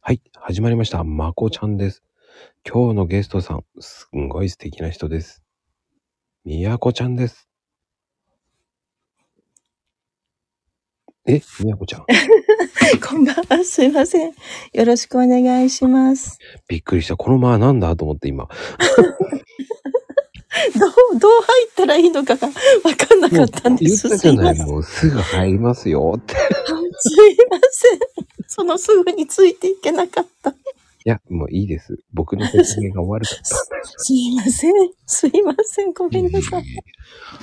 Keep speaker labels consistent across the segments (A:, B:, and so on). A: はい、始まりました。まこちゃんです。今日のゲストさん、すんごい素敵な人です。みやこちゃんです。え、みやこち ゃん。
B: こんばんは。すいません。よろしくお願いします。
A: びっくりした。この間なんだと思って今。
B: どう、どう入ったらいいのかが分かんなかったんです。
A: 言ったじゃない。もうすぐ入りますよって。
B: すいません。そのすぐについていけなかった。い
A: や、もういいです。僕の説明が悪かった。
B: すいません。すいません。ごめんなさい。いい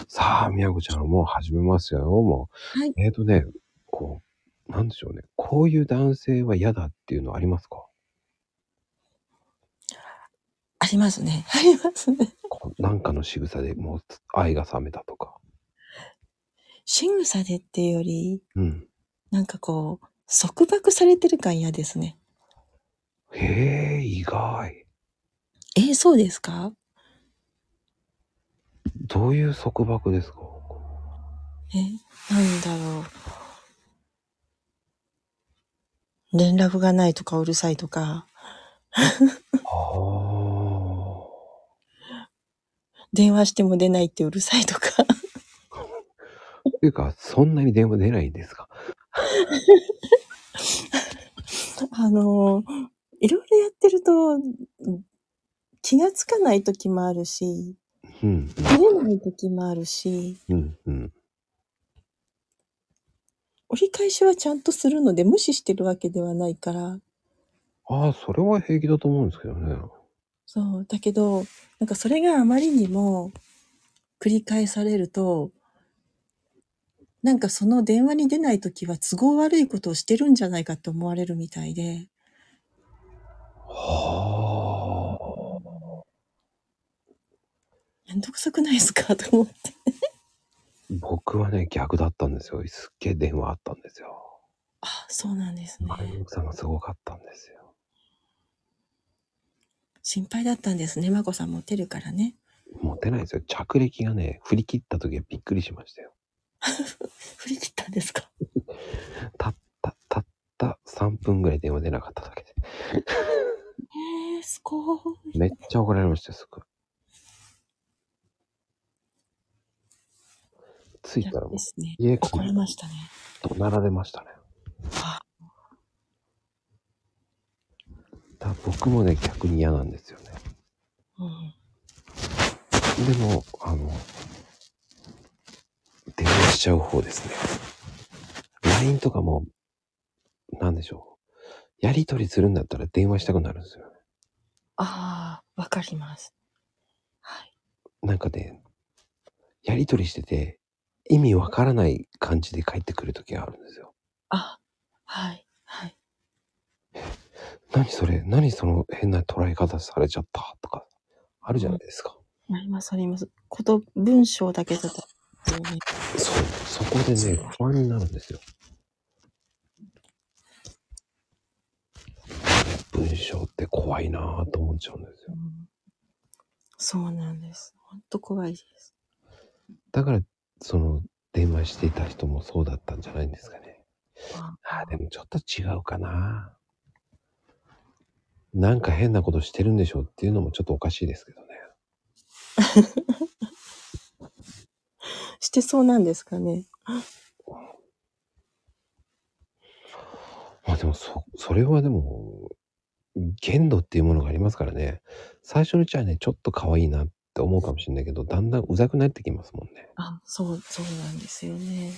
A: さあ、みやこちゃん、もう始めますよ。もう。はい、えっ、ー、とね、こう、なんでしょうね。こういう男性は嫌だっていうのありますか
B: ありますね。ありますね。
A: なんかの仕草でもう愛が冷めたとか。
B: 仕草でっていうより、
A: うん、
B: なんかこう、束縛されてる感嫌ですね。
A: へえ、意外。
B: えー、そうですか
A: どういう束縛ですか
B: え、なんだろう。連絡がないとかうるさいとか。
A: あ
B: 電話しても出ないってうるさいとか。
A: っていうか、そんなに電話出ないんですか
B: あのー、いろいろやってると、気がつかない時もあるし、
A: うん、
B: 見れない時もあるし、
A: うんうん、
B: 折り返しはちゃんとするので無視してるわけではないから。
A: ああ、それは平気だと思うんですけどね。
B: そう、だけど、なんかそれがあまりにも繰り返されると、なんかその電話に出ない時は都合悪いことをしてるんじゃないかって思われるみたいで。
A: は
B: あ。めんどくさくないですかと思って
A: 僕はね、逆だったんですよ。すっげえ電話あったんですよ。
B: あ、そうなんですね。
A: 前の奥さんがすごかったんですよ。
B: 心配だったんですね。眞子さんモテるからね。
A: モテないですよ。着歴がね、振り切った時はびっくりしましたよ。
B: 振り切ったんですか
A: たったたった3分ぐらい電話出なかっただけで
B: えー、すごい
A: めっちゃ怒られましたすぐ着いたらもう、
B: ね、家こりましたね
A: 怒鳴られましたねだ僕もね逆に嫌なんですよね、
B: うん、
A: でもあの電話しちゃう方ですね。LINE とかも、なんでしょう。やりとりするんだったら電話したくなるんですよね。
B: ああ、わかります。はい。
A: なんかね、やりとりしてて、意味わからない感じで帰ってくる時があるんですよ。
B: あ、はい、はい。
A: 何それ何その変な捉え方されちゃったとか、あるじゃないですか。
B: うん、あります、あります。こと、文章だけだと
A: そう、そこでね、不安になるんですよ。文章って怖いなぁと思っちゃうんですよ、うん。
B: そうなんです。ほんと怖いです。
A: だから、その、電話していた人もそうだったんじゃないんですかね。ああ、でもちょっと違うかななんか変なことしてるんでしょうっていうのもちょっとおかしいですけどね。
B: してそうなんですかね。
A: まあでもそ、それはでも、限度っていうものがありますからね。最初のうちはね、ちょっと可愛いなって思うかもしれないけど、だんだんうざくなってきますもんね。
B: あ、そう、そうなんですよね。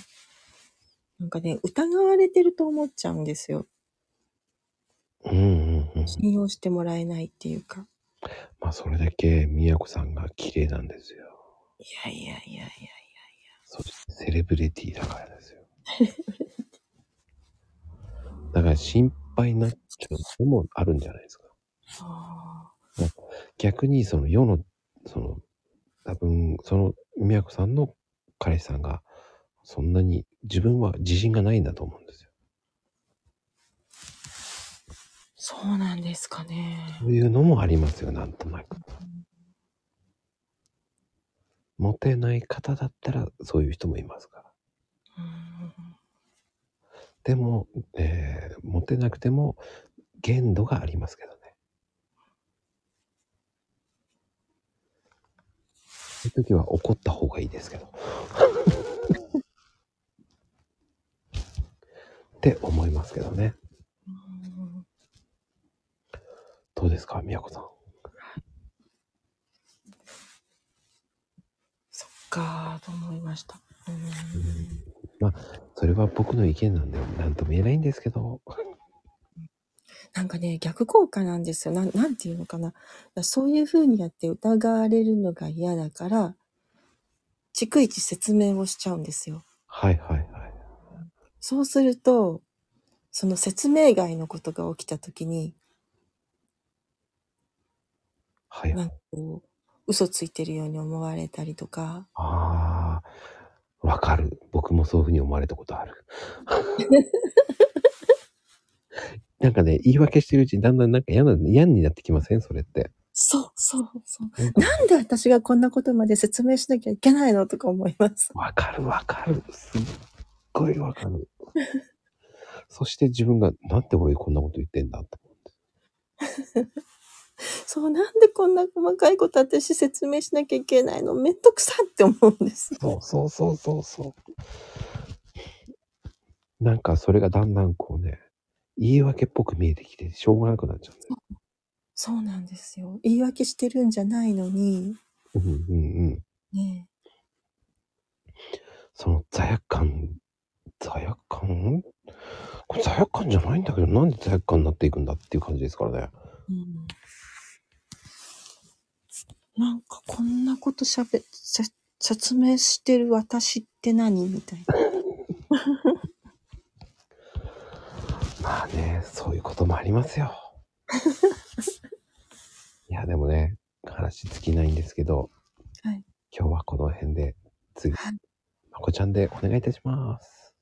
B: なんかね、疑われてると思っちゃうんですよ。
A: うんうんうん。
B: 信用してもらえないっていうか。
A: まあそれだけ、みやこさんが綺麗なんですよ。
B: いやいやいやいやいやいや。
A: そうセレブリティだからです よ。だから心配になっちゃうのもあるんじゃないですか。
B: あ
A: 逆にその世の、その、多分、その、宮子さんの彼氏さんが、そんなに自分は自信がないんだと思うんですよ。
B: そうなんですかね。
A: そういうのもありますよ、なんとなく。モテない方だったらそういう人もいますから。
B: うん
A: でも、えー、モテなくても限度がありますけどね。そういう時は怒った方がいいですけど。 って思いますけどね。
B: うん
A: どうですか、みやこさん。
B: そっかーと思いました。うん
A: それは僕の意見なんで、なんとも言えないんですけど。
B: なんかね、逆効果なんですよ。なん、なんていうのかな。だからそういう風にやって疑われるのが嫌だから、逐一説明をしちゃうんですよ。
A: はいはいはい。
B: そうすると、その説明外のことが起きた時に、
A: はい
B: なんかこう、嘘ついてるように思われたりとか、
A: ああ、わかる。僕もそういうふうに思われたことある。なんかね、言い訳してるうちにだんだんなんか嫌な、嫌になってきませんそれって。
B: そうそうそう。
A: なんか
B: なんで私がこんなことまで説明しなきゃいけないのとか思います。
A: わかるわかる。すっごいわかる。そして自分が、なんで俺こんなこと言ってんだと思って。
B: そう、なんでこんな細かいこと私説明しなきゃいけないのめんどくさって思うんです。
A: そうそうそうそうそう。なんかそれがだんだんこうね、言い訳っぽく見えてきて、しょうがなくなっちゃうんだよね
B: そうなんですよ。言い訳してるんじゃないのに、
A: うんうんうん。
B: ね
A: その罪悪感、罪悪感これ罪悪感じゃないんだけど、なんで罪悪感になっていくんだっていう感じですからね。
B: え、うん、なんかこんなことしゃべせ説明してる私って何みたいな。
A: まあね、そういうこともあります よ。いや、でもね、話尽きないんですけど、
B: はい
A: 今日はこの辺で、次
B: はい、
A: まこちゃんでお願いいたします。